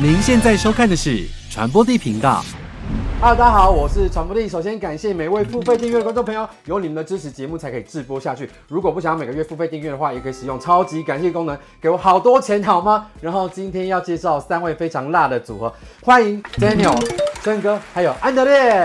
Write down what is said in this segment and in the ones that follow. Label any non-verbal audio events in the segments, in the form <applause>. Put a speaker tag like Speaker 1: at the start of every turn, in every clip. Speaker 1: 您现在收看的是传播地频道。
Speaker 2: Hello，大家好，我是传播帝。首先感谢每位付费订阅的观众朋友，有你们的支持，节目才可以直播下去。如果不想要每个月付费订阅的话，也可以使用超级感谢功能，给我好多钱好吗？然后今天要介绍三位非常辣的组合，欢迎 Daniel、森哥还有安德烈。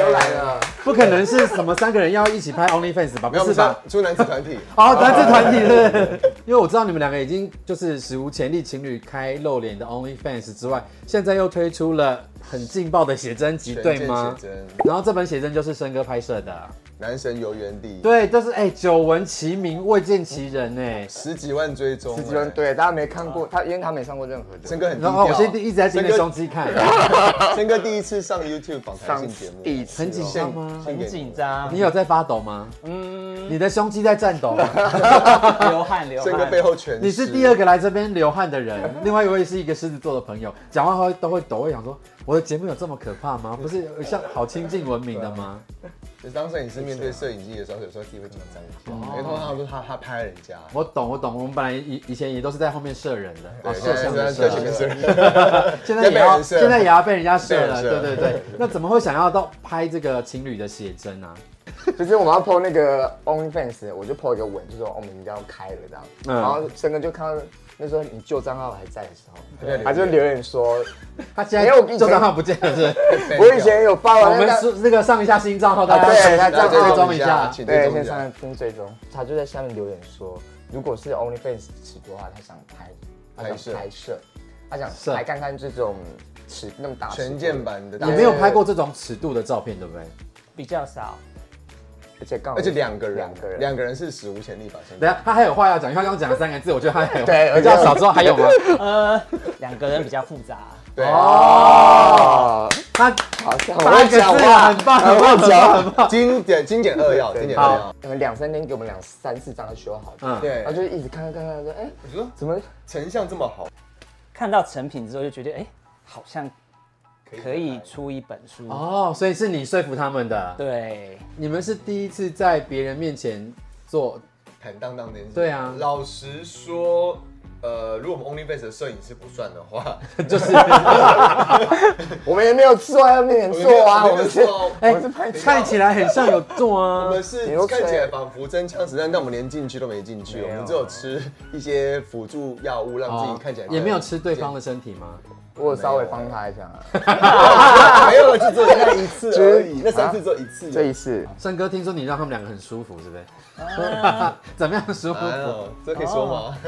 Speaker 3: 又来了，
Speaker 2: 不可能是什么三个人要一起拍 OnlyFans 吧？
Speaker 3: 没
Speaker 2: 不
Speaker 3: 有我们
Speaker 2: 是
Speaker 3: 是
Speaker 2: 吧？
Speaker 3: 出男子团体， <laughs>
Speaker 2: 好，咱这团体是，因为我知道你们两个已经就是史无前例情侣开露脸的 OnlyFans 之外，现在又推出了很劲爆的写真集，对吗
Speaker 3: 全？健写真
Speaker 2: 然后这本写真就是森哥拍摄的，
Speaker 3: 男神游园地，，
Speaker 2: 对，这是哎、久闻其名未见其人哎、
Speaker 3: 十几万追踪，
Speaker 4: 十几万，对，大家没看过他，因为他没上过任何的
Speaker 3: 森哥很低
Speaker 2: 然后哦
Speaker 3: 调，
Speaker 2: 我现在一直在盯着胸
Speaker 3: 森
Speaker 2: 肌看，
Speaker 3: <laughs> 哥，森哥第一次上 YouTube 访谈
Speaker 4: 上
Speaker 3: 性节目，
Speaker 4: 第一次
Speaker 2: 很紧
Speaker 4: 哦
Speaker 2: 张吗？
Speaker 3: 献给
Speaker 5: 很
Speaker 3: 你
Speaker 5: 紧张
Speaker 2: 你，有在发抖吗？嗯，你的胸肌在颤
Speaker 3: <laughs>
Speaker 2: 抖。
Speaker 5: 流汗流
Speaker 3: 森哥
Speaker 4: <laughs>
Speaker 5: 汗
Speaker 3: 背。后全
Speaker 2: 你是第二
Speaker 3: 个，
Speaker 2: 个来这边流汗的人，另外一位是一个狮子座的朋友，讲话会都会抖。我想说，我的节目有这么可怕吗？不是像好亲近文明的吗？
Speaker 3: 就当摄影师面对摄影机的时候，有时候自己会紧张一下，因为通常都是他他拍人家，
Speaker 2: 我懂，我懂。我们本来以以前也都是在后面射人的，哦，
Speaker 3: 对，
Speaker 2: 射
Speaker 3: 现
Speaker 2: 向
Speaker 3: 在
Speaker 2: 的
Speaker 3: 是在
Speaker 2: 射
Speaker 3: 前面
Speaker 2: 人，
Speaker 3: 摄
Speaker 2: 现在也要
Speaker 3: 现在被人射
Speaker 2: 现在也要被人家射了，
Speaker 3: 被
Speaker 2: 对
Speaker 3: 人射
Speaker 2: 对对。那怎么会想要到拍这个情侣的写真啊呢？
Speaker 4: 就是我们要 PO 那个 OnlyFans，我就 PO 一个文，就说哦我们已经要开了这样。
Speaker 2: 嗯
Speaker 4: 然后森哥就看到那时候你旧账号还在的时
Speaker 3: 对
Speaker 4: 候，他就留言说，
Speaker 2: 他现在
Speaker 4: 没有我以前
Speaker 2: 旧账号不见了，是不是？
Speaker 3: <laughs>
Speaker 4: 我以前有发
Speaker 2: 我
Speaker 4: 完
Speaker 2: 们
Speaker 4: 那个，
Speaker 2: 是那个上一下新账号，大家
Speaker 4: 啊对
Speaker 2: 大家
Speaker 4: 大家
Speaker 2: 追踪一下。
Speaker 3: 请追
Speaker 4: 对，
Speaker 3: 踪
Speaker 4: 先
Speaker 3: 一下
Speaker 4: 上，先追踪，他就在下面留言说，如果是 OnlyFans 直播的话，他想拍，他
Speaker 3: 拍摄
Speaker 4: 想拍摄，他想
Speaker 2: 是
Speaker 4: 拍看看这种尺那么大尺度
Speaker 3: 全键，版的，
Speaker 2: 你啊没有拍过这种尺度的照片，对不对？
Speaker 5: 比较少，
Speaker 4: 而且刚好
Speaker 3: 而且两个人，
Speaker 4: 两个人
Speaker 3: 两个人是史无前例吧？森哥
Speaker 2: 等一下，他还有话要讲，因为他刚讲了三个字，我觉得他还有。
Speaker 4: 对
Speaker 2: 比较少之后还有吗？
Speaker 5: 呃，两个人比较复杂。 <laughs>
Speaker 3: 对，
Speaker 4: 啊
Speaker 2: 哦，他
Speaker 4: 好像
Speaker 2: 八个字啊，很棒，很棒，很棒，很棒。
Speaker 3: 经典经典扼要，经典扼要。
Speaker 4: 可能两三天给我们两三四张都修好，
Speaker 2: 嗯
Speaker 4: 嗯，
Speaker 3: 对
Speaker 4: 然后就一直看看看看说，哎，
Speaker 3: 我觉得
Speaker 4: 怎么
Speaker 3: 成像这么好，
Speaker 5: 看到成品之后就觉得，哎、好像可以出一本书。
Speaker 2: 哦，所以是你说服他们的。
Speaker 5: 对，
Speaker 2: 你们是第一次在别人面前做， <laughs>
Speaker 3: 坦荡荡的。
Speaker 2: 对啊
Speaker 3: 老实说，呃，如果我们 OnlyFans 的摄影师不算的 <laughs> 话，
Speaker 2: 就是
Speaker 4: 我们也没有坐在面前做啊，我们是，
Speaker 2: 哎
Speaker 4: 我是拍，
Speaker 2: 看起来很像有做
Speaker 3: 我
Speaker 2: 啊。
Speaker 3: <laughs> 们是看起来仿佛真枪实弹，但我们连进去都没进去，我们只有吃一些辅助药物，让自己看起来
Speaker 2: 哦也没有吃对方的身体吗？
Speaker 4: 我有稍微帮他一下啊，
Speaker 3: 啊，没有，就只有那一次 <laughs> 而已，那三次只有啊一次。
Speaker 4: 这一次
Speaker 2: 胜哥，听说你让他们两个很舒服，是不是？ <laughs> 怎么样舒服？
Speaker 3: 啊哎呦，这可以说吗？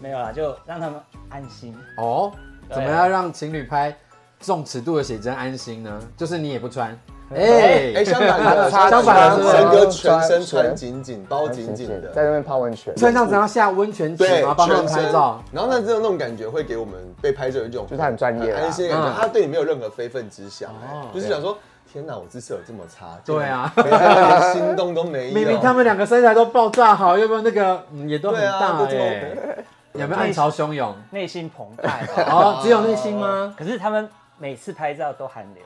Speaker 5: 没有啦，就让他们安心。
Speaker 2: 哦，怎么样让情侣拍重尺度的写真安心呢？就是你也不穿，哎
Speaker 3: 哎，相反的，
Speaker 2: 相反的是不是
Speaker 3: 神哥全身穿紧紧，包紧紧的，
Speaker 4: 在那边泡温泉，
Speaker 2: 穿上只要下温泉池
Speaker 3: 对，
Speaker 2: 嘛，啊帮他们
Speaker 3: 全
Speaker 2: 拍
Speaker 3: 身
Speaker 2: 照。。
Speaker 3: 然后那这种那种感觉会给我们被拍摄有一种，
Speaker 4: 就是他很专业啦
Speaker 3: 安心的感
Speaker 2: 嗯
Speaker 3: 觉。他对你没有任何非分之想哎
Speaker 2: 哦，
Speaker 3: 就是想说，天哪，我姿势有这么差？
Speaker 2: 对啊
Speaker 3: 竟然连心动都没
Speaker 2: <laughs>
Speaker 3: 有。
Speaker 2: 明明他们两个身材都爆炸好，要不然那个、嗯、也都很
Speaker 3: 对啊
Speaker 2: 大
Speaker 3: 都
Speaker 2: 哎、
Speaker 3: 这么
Speaker 2: 有没有暗潮汹涌？
Speaker 5: 内心澎湃。
Speaker 3: 哎
Speaker 2: 哦，只有内心吗？
Speaker 5: 可是他们每次拍照都寒流，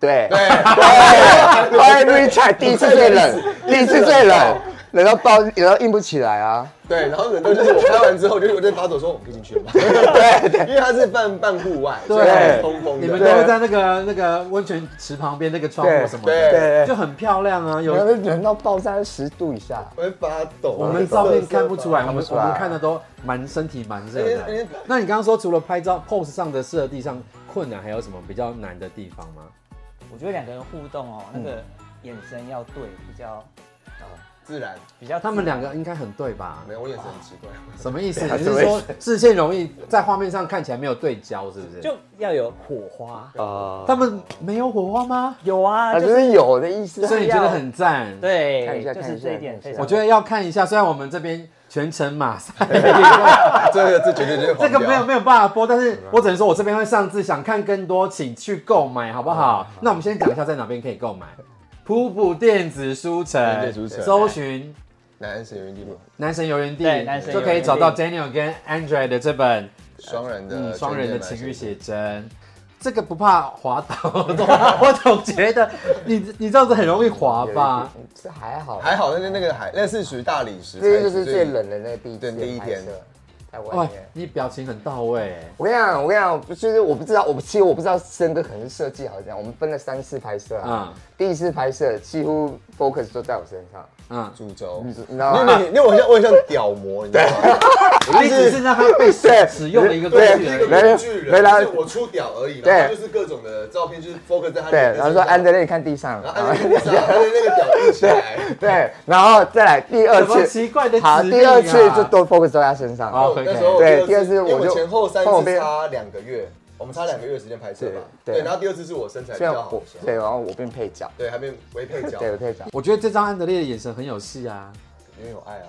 Speaker 4: 对，
Speaker 3: 对，
Speaker 4: 哎，Richard 第一次最冷，第一次最冷，冷到爆，冷到硬不起来啊，
Speaker 3: 对，然后人都就是我拍完之后，就是我对发抖说，我可以进去
Speaker 2: <laughs>
Speaker 3: 了吗？对对，因为他是半半户外，所以它是通风
Speaker 2: 你们都
Speaker 3: 的。
Speaker 2: 会在那个那个温泉池旁边那个窗户什么的，
Speaker 3: 对，
Speaker 2: 就很漂亮啊。
Speaker 4: 然
Speaker 2: 有
Speaker 4: 后冷到爆炸十度以下，
Speaker 3: 我会发抖。啊
Speaker 2: 我们照片看不出来，我们
Speaker 4: 出
Speaker 2: 我
Speaker 4: 来
Speaker 2: 们看的都蛮身体蛮热
Speaker 3: 而且而
Speaker 2: 的
Speaker 3: 且。
Speaker 2: 那你刚刚说除了拍照 pose 上的设计上困难，还有什么比较难的地方吗？
Speaker 5: 我觉得两个人互动哦，那个眼神要对，比较
Speaker 3: 自然。
Speaker 5: 比较。
Speaker 2: 他们两个应该很对吧
Speaker 3: 没？有，我眼神很奇怪。
Speaker 2: 什么意思？
Speaker 4: 对啊
Speaker 2: 你
Speaker 4: 什
Speaker 2: 是
Speaker 4: 么意
Speaker 2: 说
Speaker 4: 思
Speaker 2: 视线容易在画面上看起来没有对焦，是不是？
Speaker 5: 就要有火花。
Speaker 4: 啊，
Speaker 2: 他们没有火花吗？
Speaker 5: 有啊，
Speaker 4: 他
Speaker 5: 就
Speaker 4: 就是是有的意思，
Speaker 2: 所以你觉得很赞？，
Speaker 4: 看一
Speaker 5: 对
Speaker 4: 下，
Speaker 5: 就是
Speaker 4: 看一下
Speaker 5: 这一点非常。
Speaker 2: 我觉得要看一下。虽然我们这边全程马
Speaker 4: <laughs>
Speaker 2: 赛，
Speaker 3: <laughs> 这个这绝对就是
Speaker 2: 这
Speaker 3: 黄标
Speaker 2: 个没有没有办法播，但是我只能说我这边会上字，想看更多请去购买，好不好？那我们先讲一下在哪边可以购买。普普电子书城
Speaker 3: 电子书，城
Speaker 2: 搜寻
Speaker 3: 男神有一地方
Speaker 2: “男神游园地
Speaker 5: 对男”，神游
Speaker 2: 就
Speaker 5: 园地
Speaker 2: 可以找到 Daniel 跟 Andre 的这本
Speaker 3: 双人的
Speaker 2: 嗯双人的情
Speaker 3: 侣
Speaker 2: 欲写真。这个不怕滑倒， <laughs> 我总我总觉得你你这样子很容易滑吧？
Speaker 4: 这还好，
Speaker 3: 还好，那那那个还那是属于大理石，
Speaker 4: 这就是最。冷的那个第一
Speaker 3: 对
Speaker 4: 天，
Speaker 3: 第一天，
Speaker 4: 太外
Speaker 2: 哇
Speaker 4: 面。，
Speaker 2: 你表情很到位，
Speaker 4: 我跟你讲，我跟你讲，就是我不知道，我其实我不知道森哥可能是设计好这样。我们分了三次拍摄啊，
Speaker 2: 嗯
Speaker 4: 第一次拍摄几乎 focus 都在我身上，
Speaker 2: 嗯，
Speaker 3: 主轴。
Speaker 4: 你
Speaker 3: 因
Speaker 4: 知你知道吗？ <laughs>
Speaker 3: 为你因为我像我很像屌模，你知道吗？
Speaker 2: 我啊一直是让他被使用的一个工具而
Speaker 4: 对
Speaker 2: 已。
Speaker 4: 没没来
Speaker 3: 就是我出屌而已，
Speaker 4: 对
Speaker 3: 然后就是各种的照片，就是 focus 在他
Speaker 4: 对，
Speaker 3: 脸的
Speaker 4: 然后说
Speaker 3: 身上
Speaker 4: 安德烈，你看地上，
Speaker 3: 然后按在地上，按在那个屌立起来。
Speaker 4: <laughs> 对，然后再来第二
Speaker 2: 什么
Speaker 4: 次，
Speaker 2: 奇怪的指令啊
Speaker 4: 好，第二次就都 focus 都在他身上。
Speaker 2: 好
Speaker 3: 那时候
Speaker 4: 对
Speaker 3: 第二次，
Speaker 4: 第二次
Speaker 3: 因为
Speaker 4: 我就
Speaker 3: 我前后三
Speaker 4: 后
Speaker 3: 次
Speaker 4: 面
Speaker 3: 差两个月，我们差两个月的时间拍摄吧。
Speaker 4: 对
Speaker 3: 对，
Speaker 4: 对
Speaker 3: 然后第二次是我身材比
Speaker 4: 虽然
Speaker 3: 较好
Speaker 4: 我
Speaker 3: 的时候
Speaker 4: 对，，然后我变配角，
Speaker 3: 对，还没没配角，
Speaker 4: 对，我配角，
Speaker 2: 我觉得这张安德烈的眼神很有戏啊，
Speaker 3: 因为有爱啊，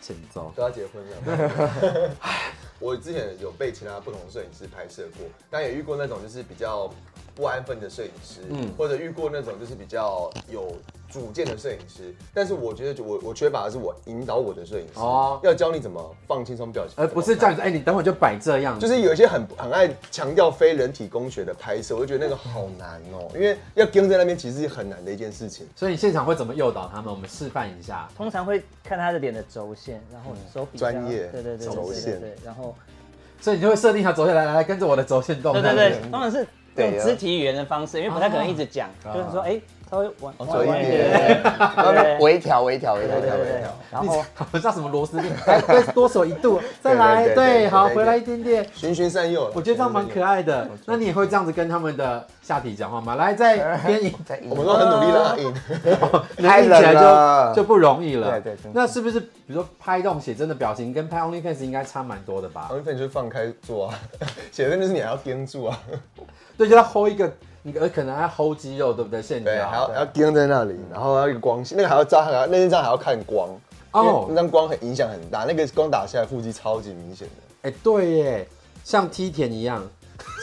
Speaker 2: 前奏。
Speaker 3: 都要结婚了。
Speaker 2: <laughs>
Speaker 3: 我之前有被其他不同的摄影师拍摄过，但也遇过那种就是比较不安分的摄影师，
Speaker 2: 嗯
Speaker 3: 或者遇过那种就是比较有主见的摄影师。但是我觉得我我缺乏的是我引导我的摄影师，
Speaker 2: 哦
Speaker 3: 要教你怎么放轻松表情，
Speaker 2: 而不是
Speaker 3: 怎
Speaker 2: 叫
Speaker 3: 么
Speaker 2: 你说，哎，你等会就摆这样，
Speaker 3: 就是有一些很很爱强调非人体工学的拍摄，我就觉得那个好难哦、因为要跟在那边其实是很难的一件事情。
Speaker 2: 所以你现场会怎么诱导他们？我们示范一下。
Speaker 5: 通常会看他的脸的轴线，然后手比较
Speaker 3: 嗯专业
Speaker 5: 对对对，对
Speaker 3: 轴
Speaker 5: 对
Speaker 3: 线
Speaker 5: 对，然后
Speaker 2: 所以你就会设定好轴线，来来来，跟着我的轴线动。
Speaker 5: 对对对，通常是
Speaker 4: 对
Speaker 5: 用肢体语言的方式，因为不太可能一直讲，就是说哎，稍微往往
Speaker 3: 左一
Speaker 5: 往
Speaker 3: 点
Speaker 5: 对对对
Speaker 4: 微调微调微调微
Speaker 5: 对对
Speaker 4: 调
Speaker 5: 对
Speaker 4: 微
Speaker 5: 对
Speaker 4: 调。，
Speaker 5: 然
Speaker 2: 你
Speaker 5: 后
Speaker 2: 好像什么螺丝钉，来再多手一度，再来，
Speaker 4: 对对对
Speaker 2: 对，
Speaker 4: 对
Speaker 2: 好，
Speaker 4: 对
Speaker 2: 回来一点点。
Speaker 3: 循循善诱啦，
Speaker 2: 我觉得这样蛮可爱的。那你也会这样子跟他们的下体讲话吗？来，<laughs>
Speaker 4: <laughs>
Speaker 2: 再编一，
Speaker 4: 在
Speaker 3: 我们都很努力拉硬，
Speaker 2: 能力起
Speaker 4: 太冷
Speaker 2: 来
Speaker 4: 了
Speaker 2: 就就不容易了。
Speaker 4: 对对真的
Speaker 2: 那是不是比如说拍这种写真的表情，跟拍 OnlyFans 应该差蛮多的吧？
Speaker 3: 然后粉就放开做啊， <laughs> 写真就是你还要盯住啊，
Speaker 2: 对，就要 hold 一个，你呃可能还要 hold 肌肉，对不对？线
Speaker 3: 对，啊还
Speaker 2: 条。
Speaker 3: 要要盯在那里，然后要一个光线，那个还要照，还要那张照还要看光，
Speaker 2: 哦
Speaker 3: 哦，那张光很影响很大，那个光打下来腹肌超级明显的，
Speaker 2: 哎，对耶，像梯田一样。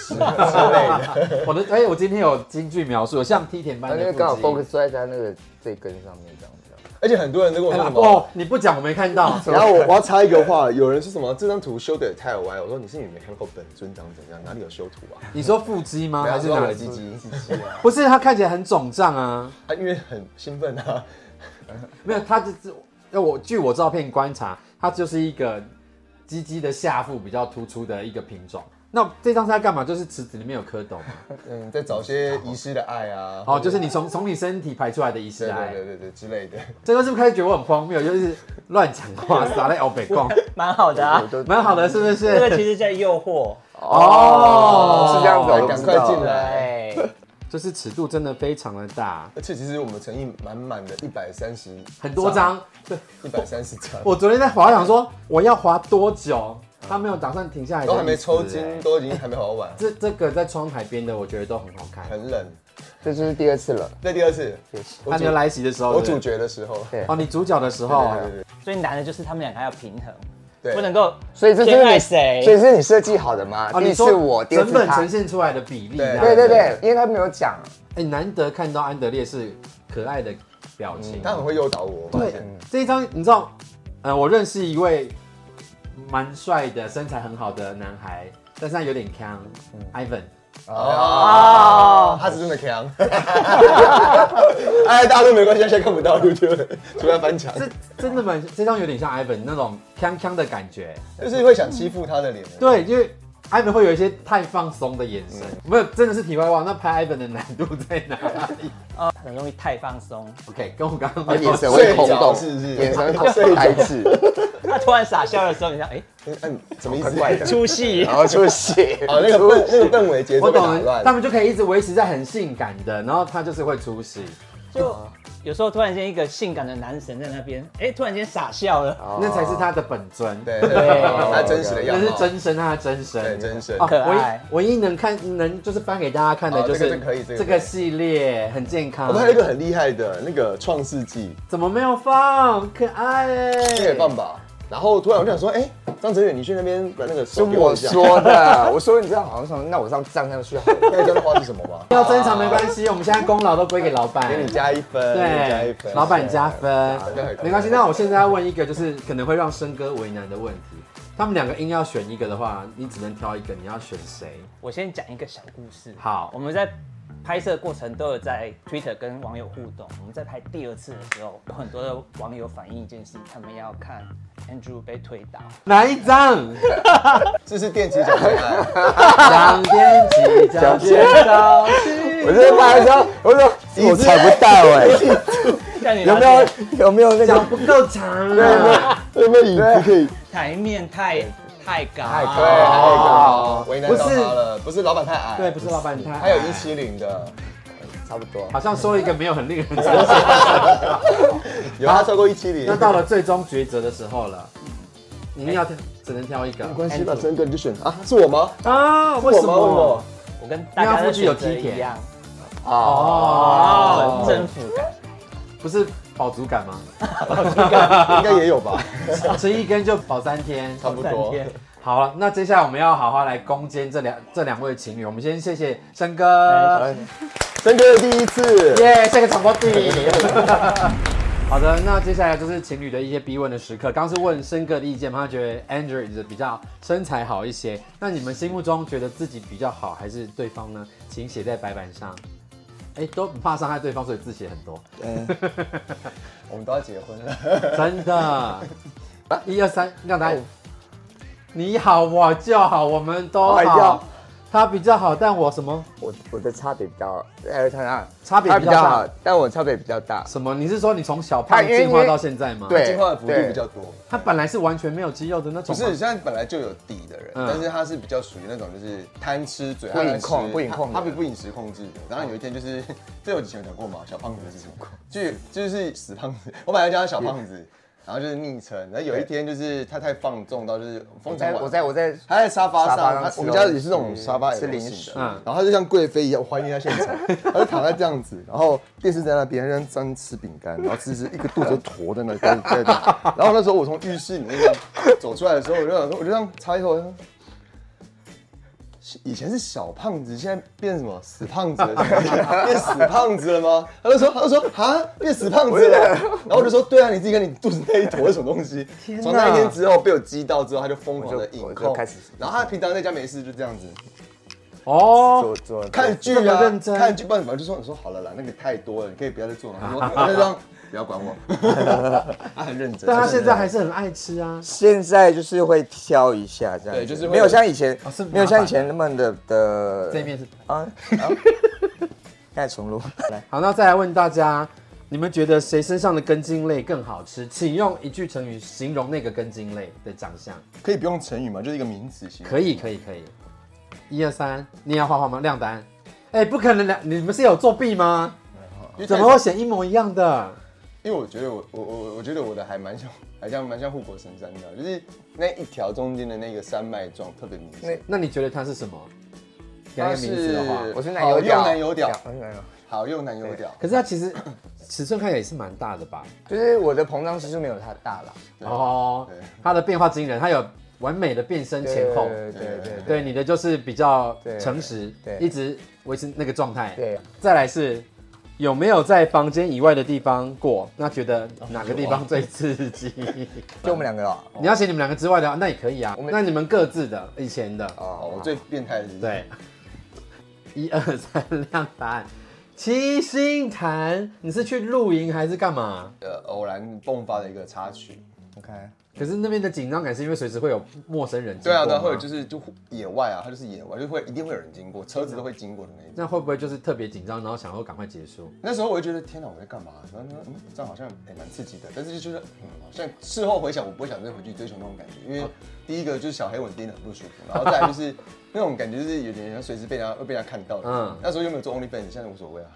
Speaker 3: 之类的。
Speaker 2: <laughs> 我的哎，我今天有京剧描述，像梯田般
Speaker 4: 然后
Speaker 2: 的
Speaker 3: 哎
Speaker 4: 因
Speaker 2: 腹
Speaker 4: 为啊刚好
Speaker 2: 肌。
Speaker 4: focus 都在他那个这根上面这样子。啊
Speaker 3: 而且很多人都跟我
Speaker 2: 哎
Speaker 3: 说什么。
Speaker 2: 哦，你不讲我没看到。
Speaker 3: 然 <laughs> 后我我要插一个话，有人说什么这张图修的也太歪，我说你是你没看过本尊长怎样，哪里有修图啊？
Speaker 2: 你说腹肌吗？
Speaker 3: 不要
Speaker 2: 还是
Speaker 3: 说
Speaker 2: 哪
Speaker 3: 我
Speaker 2: 里
Speaker 3: 的鸡鸡，
Speaker 2: 不是，他看起来很肿胀啊。
Speaker 3: 啊，因为很兴奋啊， <laughs>
Speaker 2: 没有，他就是要我据我照片观察，他就是一个鸡鸡的下腹比较突出的一个品种。那这张是在干嘛？就是池子里面有蝌蚪嘛，
Speaker 3: 嗯，在找些遗失的爱啊，
Speaker 2: 哦，就是你从从你身体排出来的遗失
Speaker 3: 对
Speaker 2: 爱
Speaker 3: 对。对对对之类的，
Speaker 2: 这个是不是开始觉得我很荒谬，就是乱讲话，撒在欧北
Speaker 3: <laughs>
Speaker 2: 贡，
Speaker 5: 蛮好的啊，
Speaker 2: 蛮好的，是不
Speaker 5: 这个
Speaker 2: 是？
Speaker 5: 其实叫诱惑，
Speaker 2: 哦
Speaker 4: 哦，是这样子，我都不
Speaker 3: 赶
Speaker 4: 知
Speaker 3: 快
Speaker 4: 道
Speaker 3: 进来。
Speaker 5: 对，
Speaker 2: 就是尺度真的非常的大，
Speaker 3: 而且其实我们诚意满满的，一百三十，
Speaker 2: 很多，
Speaker 3: 啊
Speaker 2: 张。
Speaker 3: 一百三十张，
Speaker 2: 我昨天在滑，想说我要滑多久，他没有打算停下来的意
Speaker 3: 都
Speaker 2: 思。
Speaker 3: 还没抽
Speaker 2: 哎
Speaker 3: 筋，都已经还没好好玩，
Speaker 2: 这这个在窗台边的，我觉得都很好看。
Speaker 3: 很冷。
Speaker 4: 这就是第二次了。
Speaker 3: 那第二次，
Speaker 2: 那
Speaker 3: 我
Speaker 2: 你要
Speaker 3: 主
Speaker 2: 来袭的时候，
Speaker 3: 我
Speaker 2: 对
Speaker 3: 主
Speaker 2: 不对
Speaker 3: 角的时候，
Speaker 4: 对
Speaker 2: 哦，你主角的时候，
Speaker 3: 对对
Speaker 5: 最难的就是他们两个要平衡，
Speaker 3: 对，
Speaker 5: 不能够
Speaker 4: 所以这
Speaker 5: 偏
Speaker 4: 是
Speaker 5: 爱
Speaker 4: 你，
Speaker 5: 谁
Speaker 4: 所以是你设计好的吗？
Speaker 2: 哦，
Speaker 4: 第一
Speaker 2: 你
Speaker 4: 次
Speaker 2: 说
Speaker 4: 我，第二
Speaker 2: 整
Speaker 4: 次
Speaker 2: 本
Speaker 4: 他
Speaker 2: 呈。现出来的比例，
Speaker 3: 对
Speaker 4: 对对对，因为他没有讲，
Speaker 2: 哎，难得看到安德烈是可爱的表情，
Speaker 3: 他很会诱导我，嗯我发
Speaker 2: 对
Speaker 3: 现，
Speaker 2: 这一张你知道，呃，我认识一位蛮帅的、身材很好的男孩，但是他有点康，Ivan，
Speaker 3: 嗯哦，他是真的强。 <laughs> 哎，大家都没关系，现在看不到 YouTube，突然翻墙，
Speaker 2: 这真的蛮，这张有点像 Ivan 那种康康的感觉，
Speaker 3: 就是会想欺负他的脸。
Speaker 2: 对，因为。Ivan 会有一些太放松的眼神，没有，真的是题外话。那拍 Ivan 的难度在哪 <laughs> 里
Speaker 5: 啊，很容易太放松，
Speaker 2: ？OK，跟我刚刚
Speaker 4: 他眼神
Speaker 3: 睡着
Speaker 4: 会空洞，
Speaker 3: 是不是
Speaker 4: 眼神会呆滞，
Speaker 5: 他突然傻笑的时候，你想哎，
Speaker 3: 嗯，什么意思？
Speaker 4: 怪怪的 <laughs>
Speaker 5: 出戏
Speaker 4: 然，后出血。
Speaker 3: <laughs> 哦，那个氛那个氛围节
Speaker 2: 我
Speaker 3: 奏被
Speaker 2: 懂
Speaker 3: 打
Speaker 2: 了，
Speaker 3: 乱
Speaker 2: 他。们就可以一直维持在很性感的，然后他就是会出戏。
Speaker 5: 就有时候突然间一个性感的男神在那边，哎，突然间傻笑了，
Speaker 4: 哦
Speaker 2: 那才是他的本尊，
Speaker 3: 对
Speaker 5: 对
Speaker 3: 对，他真实的
Speaker 2: 那
Speaker 3: 样
Speaker 2: 是
Speaker 3: 貌，
Speaker 2: 真身，他的真身，
Speaker 3: 对真身
Speaker 2: 哦
Speaker 5: 可爱
Speaker 2: 唯一唯一能看能就是翻给大家看的
Speaker 3: 哦
Speaker 2: 就
Speaker 3: 这
Speaker 2: 是
Speaker 3: 个这个可以这个
Speaker 2: 这
Speaker 3: 可
Speaker 2: 个
Speaker 3: 以
Speaker 2: 系列很健
Speaker 3: 我
Speaker 2: 康
Speaker 3: 哦们。还有一个很厉害的那个创世纪，
Speaker 2: 怎么没有放？可爱
Speaker 3: 这个
Speaker 2: 哎
Speaker 3: 也，放吧。然后突然我就想说，哎、张哲远，你去那边把那个
Speaker 4: 是
Speaker 3: 手给
Speaker 4: 我
Speaker 3: 一下。
Speaker 4: 说的，我说你这样好像说，那我上站上去好
Speaker 3: <laughs>
Speaker 4: 了。
Speaker 3: 那你知道那花是什么吗？
Speaker 2: 要珍藏没关系，我们现在功劳都归给老板。
Speaker 3: 给你加一分，给你加
Speaker 2: 对，
Speaker 3: 一分，
Speaker 2: 老板加分
Speaker 3: 好那很，
Speaker 2: 没关系。那我现在要问一个，就是可能会让生哥为难的问题。他们两个硬要选一个的话，你只能挑一个，你要选谁？
Speaker 5: 我先讲一个小故事。
Speaker 2: 好
Speaker 5: 我们在拍摄过程都有在 Twitter 跟网友互动。我们在拍第二次的时候，有很多的网友反映一件事，他们要看 Andrew 被推倒。
Speaker 2: 哪一张？
Speaker 3: 这是电击脚最爱，
Speaker 2: 两边起脚尖上去。
Speaker 4: <laughs> 我这拍的时候，我说我踩不到哎、
Speaker 5: 但你
Speaker 4: 有没
Speaker 5: 发现
Speaker 4: 有有没有那
Speaker 2: 脚
Speaker 4: 个
Speaker 2: 不够长啊！
Speaker 4: 有没有椅子可以？
Speaker 5: 台面太太高？
Speaker 3: 太对，还有一个好为难到
Speaker 2: 不是
Speaker 3: 他了，不是老板太矮，
Speaker 2: 对，不是老板太矮，
Speaker 3: 还有一七零的，
Speaker 4: 差不多。
Speaker 2: 好像说了一个没有很令人惊喜。
Speaker 3: 有他超过一七零
Speaker 2: 那，到了最终抉择的时候了，你们要挑只能挑一个
Speaker 4: 没关系吧，
Speaker 5: Andrew
Speaker 4: 真哥你就选他
Speaker 3: 啊，是我吗？
Speaker 2: 啊？为
Speaker 3: 是
Speaker 2: 什
Speaker 3: 我吗问
Speaker 2: 么
Speaker 3: 我？
Speaker 5: 我跟大家的选择一样，
Speaker 4: 啊。
Speaker 5: 哦，
Speaker 2: 哦，
Speaker 5: 征服感。
Speaker 2: 不是饱足感吗？ <laughs>
Speaker 3: 应该也有吧，
Speaker 2: 吃一根就饱三天，
Speaker 3: 差不
Speaker 5: 三
Speaker 3: 多。
Speaker 5: 天
Speaker 2: 好了，那接下来我们要好好来攻坚这两这两位情侣。我们先谢谢生
Speaker 5: 哎
Speaker 2: 哥，
Speaker 4: 真哥的第一次，
Speaker 2: 耶，这个场波弟。 <laughs> 好的，那接下来就是情侣的一些逼问的时刻。刚是问生哥的意见嘛，他觉得 Andrew 的比较身材好一些。那你们心目中觉得自己比较好，还是对方呢？请写在白板上。哎，都不怕伤害对方，所以字写很多，
Speaker 4: 嗯，
Speaker 3: 我们都要结婚
Speaker 2: <laughs>
Speaker 3: 了，
Speaker 2: 真的。一二三，让大家。你好，我就好，我们都
Speaker 4: 哎呀
Speaker 2: 好。他比较好，但我什么？
Speaker 4: 我我的差别比较，哎，他他
Speaker 2: 差别
Speaker 4: 他
Speaker 2: 比
Speaker 4: 比
Speaker 2: 较
Speaker 4: 较
Speaker 2: 大
Speaker 4: 好。，但我差别比较大。
Speaker 2: 什么？你是说你从小胖
Speaker 4: 他因为
Speaker 2: 进化到现在吗？
Speaker 4: 对
Speaker 3: 进化的幅度比较多。
Speaker 2: 他本来是完全没有肌肉的那
Speaker 3: 不
Speaker 2: 种吗。
Speaker 3: 是，现在本来就有底的人，
Speaker 2: 嗯
Speaker 3: 但是他是比较属于那种就是贪吃嘴，
Speaker 4: 不饮
Speaker 3: 贪吃
Speaker 4: 控不饮控的嗯
Speaker 3: 他他不不饮食控制的。然后有一天就是， <laughs> 这我以前有讲过嘛，小胖子是什么？就就是死胖子，我本来叫他小胖子，然后就是昵称。然后有一天就是他太放纵到就是
Speaker 4: 我
Speaker 3: 疯
Speaker 4: 在
Speaker 3: 狂
Speaker 4: 我在我在
Speaker 3: 他在沙发上，
Speaker 4: 沙发上
Speaker 3: 他
Speaker 4: 吃
Speaker 3: 我们家
Speaker 4: 东西
Speaker 3: 也是那种沙发
Speaker 4: 吃
Speaker 3: 也
Speaker 4: 零
Speaker 3: 是
Speaker 4: 食
Speaker 3: 的，然后他就像贵妃一样，我怀念他现场，他就躺在这样子，然后电视在那边，他像张吃饼干，然后吃吃一个肚子坨在那，在在那，然后那时候我从浴室里面这样走出来的时候，我就想说，我就这样擦一口，我就说以前是小胖子，现在变什么死胖子了？ <laughs> 变死胖子了吗？他就说，他就说啊，变死胖子了。然后我就说，对啊，你自己跟你肚子那一坨是什么东西？从那一天之后被我激到之后，他就疯狂的饮
Speaker 4: 我就
Speaker 3: 控
Speaker 4: 开始
Speaker 3: 然后他平常在家没事就这样子
Speaker 2: 哦，
Speaker 4: 做做
Speaker 3: 看剧
Speaker 2: 这
Speaker 3: 啊
Speaker 2: 么认，真
Speaker 3: 看剧，不然反正就说你说好了啦，那个太多了，你可以不要再做了。我说他就这样，不要
Speaker 2: <laughs>
Speaker 3: 管我，他很认真。
Speaker 2: 但他现在
Speaker 3: 很
Speaker 2: 还是很爱吃啊。
Speaker 4: 现在就是会挑一下这样子，
Speaker 3: 对就是会
Speaker 4: 没有像以前
Speaker 2: 哦是麻烦，
Speaker 4: 没有像以前那么的的
Speaker 2: 这一面是
Speaker 4: 啊啊，再重录来，
Speaker 2: 好，那再来问大家，你们觉得谁身上的根茎类更好吃？请用一句成语形容那个根茎类的长相。
Speaker 3: 认真可以不用成语嘛，就是一个名词型。
Speaker 2: 可以，可以，可以。一二三，你也要画画吗？亮单。哎、不可能的，你们是有作弊吗？
Speaker 3: 因
Speaker 2: <laughs>
Speaker 3: 为
Speaker 2: 怎么会写一模一样的？
Speaker 3: 因为我觉得我我我我觉得我的还蛮像，还像蛮像护国神山的，就是那一条中间的那个山脉状特别明显。
Speaker 2: 那你觉得它是什么？给它一个名字的话，
Speaker 3: 它是
Speaker 4: 我是哦奶油屌，
Speaker 3: 好用男友屌
Speaker 4: 我是奶油，
Speaker 3: 好用男友屌，
Speaker 2: 可是它其 <coughs> 实尺寸看起来也是蛮大的吧？
Speaker 4: 就是我的膨胀系数没有他大了，
Speaker 2: 哦
Speaker 3: 对，
Speaker 2: 它的变化惊人，它有完美的变身前后。
Speaker 4: 对对对对
Speaker 2: 对你的就是比较
Speaker 4: 对
Speaker 2: 诚实，
Speaker 4: 对
Speaker 2: 一直维持那个状态。
Speaker 4: 对，
Speaker 2: 再来是有没有在房间以外的地方过？那觉得哪个地方最刺 <laughs> 激？
Speaker 4: 就我们两个了，哦
Speaker 2: 你要写你们两个之外的，那也可以啊
Speaker 4: 我。们
Speaker 2: 那你们各自的以前的，
Speaker 3: 好，
Speaker 4: 哦
Speaker 3: 我，最变态的是
Speaker 2: 对，一二三，亮答案。七星潭，你是去露营还是干嘛？
Speaker 3: 呃偶然迸发的一个插曲。
Speaker 4: 我看
Speaker 2: 可是那边的紧张感是因为随时会有陌生人经
Speaker 3: 对
Speaker 2: 过吗
Speaker 3: 啊，对啊，会有就是就野外啊，它就是野外，就会一定会有人经过，车子都会经过的那一种。
Speaker 2: 那会不会就是特别紧张，然后想要赶快结束？
Speaker 3: 那时候我就觉得天哪，我在干嘛？然后说嗯，这样好像也蛮刺激的，但是就觉得嗯，好像事后回想，我不会想再回去追求那种感觉，因为第一个就是小黑蚊叮的很不舒服，然后再来就是那种感觉就是有点像随时被人家会被人家看到的。
Speaker 2: 嗯
Speaker 3: 嗯，那时候又没有做 OnlyFans，现在无所谓啊。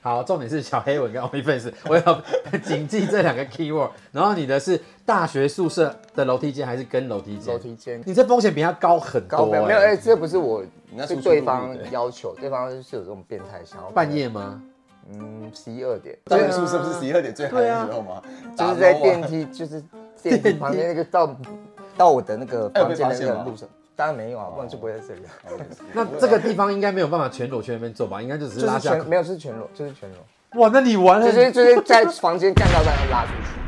Speaker 2: 好，重点是小黑文跟 OnlyFans，我 <laughs> 要谨记这两个 keyword。然后你的是大学宿舍的楼梯间还是跟楼梯间？
Speaker 4: 楼梯间
Speaker 2: 你这风险比他高很多、
Speaker 4: 高分没有，
Speaker 2: 哎
Speaker 4: 哎，这不是我
Speaker 3: 你那，
Speaker 4: 是
Speaker 3: 速度
Speaker 4: 对
Speaker 3: 不
Speaker 4: 方
Speaker 3: 对
Speaker 4: 要求，对方是有这种变态想要
Speaker 2: 半夜吗？
Speaker 4: 嗯十一二点，
Speaker 3: 大学宿舍不是十一二点最嗨
Speaker 2: 对
Speaker 3: 的
Speaker 2: 啊
Speaker 3: 时候吗？
Speaker 4: 就是在
Speaker 3: 打 low 啊
Speaker 4: 电梯，就是电梯旁边那个到 <laughs> 到我的那个
Speaker 3: 哎有
Speaker 4: 房
Speaker 3: 被
Speaker 4: 间
Speaker 3: 发
Speaker 4: 的那
Speaker 3: 现
Speaker 4: 个
Speaker 3: 吗哦
Speaker 4: 路上，当然没有啊，不然就不会在这里啊。
Speaker 2: 那这个地方应该没有办法全裸去那边做吧？应该就只是
Speaker 4: 就
Speaker 2: 拉
Speaker 4: 是
Speaker 2: 下
Speaker 4: 全
Speaker 2: 裤。
Speaker 4: 没有是全裸，就是全裸，
Speaker 2: 哇，那你玩
Speaker 4: 就
Speaker 2: 了，
Speaker 3: <laughs>
Speaker 4: 是就是在房间干到让他拉出去。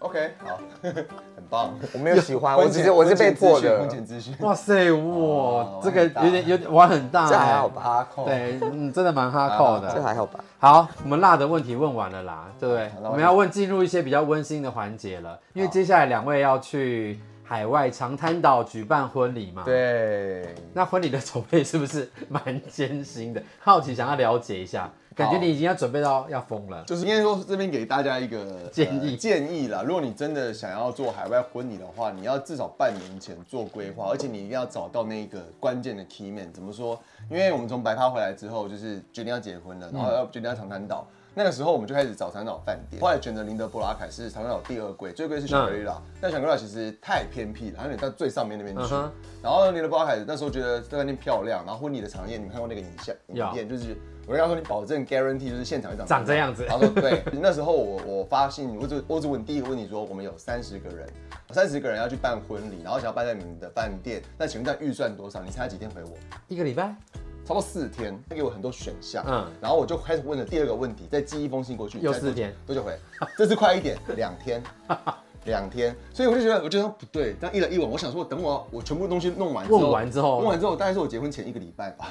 Speaker 3: OK，好， <laughs> 很棒。
Speaker 4: 我没有喜欢，啊我只是我是被迫的
Speaker 3: 婚。前资讯，
Speaker 2: <laughs> 哇塞，哇
Speaker 3: 哦，
Speaker 2: 这个
Speaker 3: 玩很大
Speaker 2: 有点有点玩很大欸，
Speaker 4: 这还好吧
Speaker 3: 八扣。
Speaker 2: 对，嗯，真的蛮哈扣
Speaker 3: 哎
Speaker 4: 这
Speaker 2: 的。
Speaker 4: 还好吧？
Speaker 2: 好，我们辣的问题问完了啦，对不对
Speaker 3: 好那？我
Speaker 2: 我们要问进入一些比较温馨的环节了，因为接下来两位要去海外长滩岛举办婚礼嘛。。
Speaker 3: 对，
Speaker 2: 那婚礼的筹备是不是蛮艰辛的？好奇想要了解一下，感觉
Speaker 3: 好
Speaker 2: 你已经要准备到要疯了。
Speaker 3: 就是应该说这边给大家一个
Speaker 2: 建议
Speaker 3: 呃建议啦。如果你真的想要做海外婚礼的话，你要至少半年前做规划，而且你一定要找到那个关键的 key man。怎么说？因为我们从白趴回来之后，就是决定要结婚了，然
Speaker 2: 嗯
Speaker 3: 后要决定要长滩岛。那个时候我们就开始找长滩岛饭店，后来选择林德布拉凯是长滩岛第二贵，最贵是小格瑞拉。但小格瑞拉其实太偏僻了，它有点到最上面那边
Speaker 2: 嗯
Speaker 3: 去。
Speaker 2: 哼
Speaker 3: 然后林德布拉凯那时候觉得这饭店漂亮，然后婚礼的场面，你们看过那个影像
Speaker 2: 有
Speaker 3: 影片，就是我跟他说你保证 guarantee 就是现场会长
Speaker 2: 长这样子
Speaker 3: 他说对， <laughs> 那时候我我发信，我只我只问第一个问题说，我们有三十个人，三十个人要去办婚礼，然后想要办在你们的饭店，那请问这样预算多少？你猜他几天回我？
Speaker 2: 一个礼拜，
Speaker 3: 差不多四天，他给我很多选项，
Speaker 2: 嗯
Speaker 3: 嗯，然后我就开始问了第二个问题，再寄一封信过去，
Speaker 2: 又
Speaker 3: 再过去
Speaker 2: 四天，
Speaker 3: 多久回？这次快一点，两
Speaker 2: <laughs>
Speaker 3: 天，两天，所以我就觉得，我觉得不对，这样一来一往，我想说，等我我全部东西弄完之后，
Speaker 2: 问完之后
Speaker 3: 问完之后，大概是我结婚前一个礼拜吧，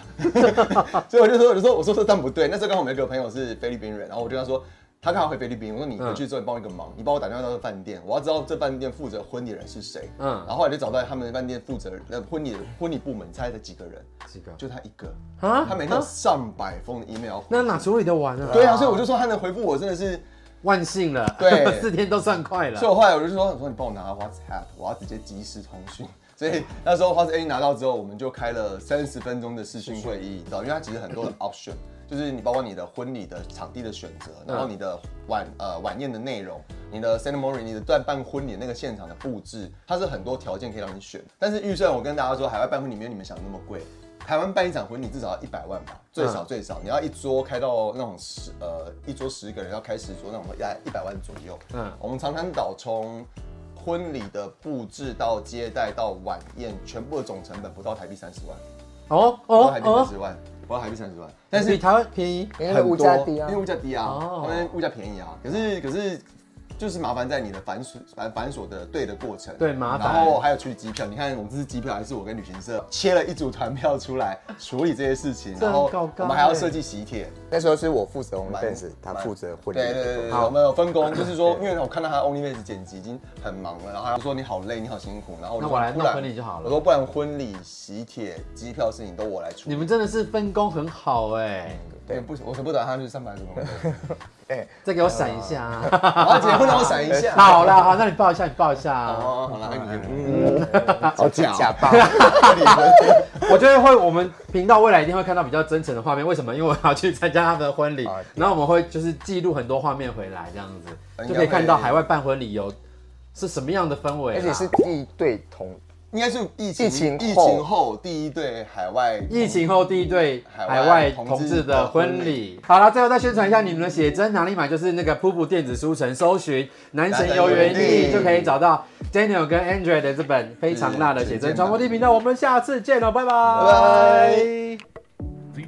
Speaker 3: <laughs> 所以我就说，我就说，我说这但不对，那时候刚好我们有一个朋友是菲律宾人，然后我就跟他说。他刚好回菲律宾，我说
Speaker 2: 嗯
Speaker 3: 你回去之后你帮我一个忙，你帮我打电话到这饭店，我要知道这饭店负责婚礼的人是谁。
Speaker 2: 嗯
Speaker 3: 嗯，然后后来就找到他们饭店负责呃婚礼婚礼部门，猜才几个人？
Speaker 2: 几个
Speaker 3: 就他一个
Speaker 2: 啊
Speaker 3: 啊，他每天有上百封的 email 回。
Speaker 2: 那哪处理得完啊？
Speaker 3: 对啊，所以我就说他能回复我真的是，
Speaker 2: 万幸了，
Speaker 3: 对
Speaker 2: <laughs> 四天都算快
Speaker 3: 所以
Speaker 2: 了。
Speaker 3: 我后来我就说，我说你帮我拿 WhatsApp，我要直接即时通讯。所以那时候 WhatsApp 拿到之后，我们就开了三十分钟的视讯会议，你知道，因为它其实很多的 option，就是你包括你的婚礼的场地的选择，然后你的晚呃晚宴的内容，你的 ceremony，你的在办婚礼那个现场的布置，它是很多条件可以让你选。但是预算我跟大家说，海外办婚礼没有你们想的那么贵。台湾办一场婚礼至少要一百万吧，最少最少，你要一桌开到那种十呃一桌十个人要开十桌那种，要一百万左右。
Speaker 2: 嗯
Speaker 3: 嗯，我们长滩岛从婚礼的布置到接待到晚宴，全部的总成本不到台币三十万，
Speaker 2: 哦
Speaker 3: 不
Speaker 2: 哦
Speaker 3: 到台币三
Speaker 2: 哦
Speaker 3: 十，万，不到台币三十万，
Speaker 2: 但
Speaker 3: 但
Speaker 2: 是
Speaker 3: 是
Speaker 2: 比台湾便宜。
Speaker 4: 因为
Speaker 3: 很多
Speaker 4: 物价低啊
Speaker 3: 因为。物价低啊
Speaker 2: 哦，
Speaker 3: 他们物价便宜啊。可是可是就是麻烦在你的繁琐繁繁琐的对的过程，
Speaker 2: 对麻烦
Speaker 3: 然后还有处理机票，你看我们这次机票还是我跟旅行社切了一组团票出来处理这些事情，
Speaker 2: 这很
Speaker 3: 然后
Speaker 2: 高高
Speaker 3: 我们还要
Speaker 2: 欸
Speaker 3: 设计喜帖，
Speaker 4: 那时候是我负责 OnlyFans，
Speaker 3: 蛮
Speaker 4: 他负责婚礼
Speaker 3: 对
Speaker 4: 的
Speaker 3: 对对
Speaker 4: 部分。
Speaker 3: 对，我们有分工，就是说，因为我看到他 OnlyFans 剪辑已经很忙了，然后他就说你好累，你好辛苦，然后就
Speaker 2: 那我来
Speaker 3: 不然
Speaker 2: 弄婚礼就好了
Speaker 3: 我说不然婚礼、喜帖、机票事情都我来处
Speaker 2: 你
Speaker 3: 理。
Speaker 2: 们真的是分工很好哎，
Speaker 3: 对，不，我是不打算去上班什么的。
Speaker 2: 再给我闪一下啊！
Speaker 3: 我要结婚了，我闪一
Speaker 2: <laughs>
Speaker 3: 下。
Speaker 2: 好啦，好，那你抱一下，你抱一下啊。
Speaker 3: 哦，好了，爱你。嗯，
Speaker 4: 哦，
Speaker 3: 假
Speaker 4: 假
Speaker 3: <laughs>
Speaker 4: 包，
Speaker 2: 我觉得会，我们频道未来一定会看到比较真诚的画面。为什么？因为我要去参加他们的婚礼
Speaker 4: 啊，
Speaker 2: 然后我们会就是记录很多画面回来，这样子
Speaker 3: 应该会
Speaker 2: 就可以看到海外办婚礼有是什么样的氛围啦。啊
Speaker 4: 而且是一对同，
Speaker 3: 应该是疫情
Speaker 4: 疫情后
Speaker 3: 疫情后第一对海外
Speaker 2: 疫情后第一对海
Speaker 3: 嗯海
Speaker 2: 外
Speaker 3: 外
Speaker 2: 同
Speaker 3: 同
Speaker 2: 志
Speaker 3: 志
Speaker 2: 的
Speaker 3: 的
Speaker 2: 婚
Speaker 3: 婚
Speaker 2: 礼。好了，最后再宣传一下你们的写真哪里买，就是那个瀑布电子书城搜寻“男神游园
Speaker 3: 男神游
Speaker 2: 地”
Speaker 3: 园地
Speaker 2: 就可以找到 Daniel 跟 Andre 的这本非常辣的写真传播地频道。我们下次见喽，拜拜。
Speaker 3: 拜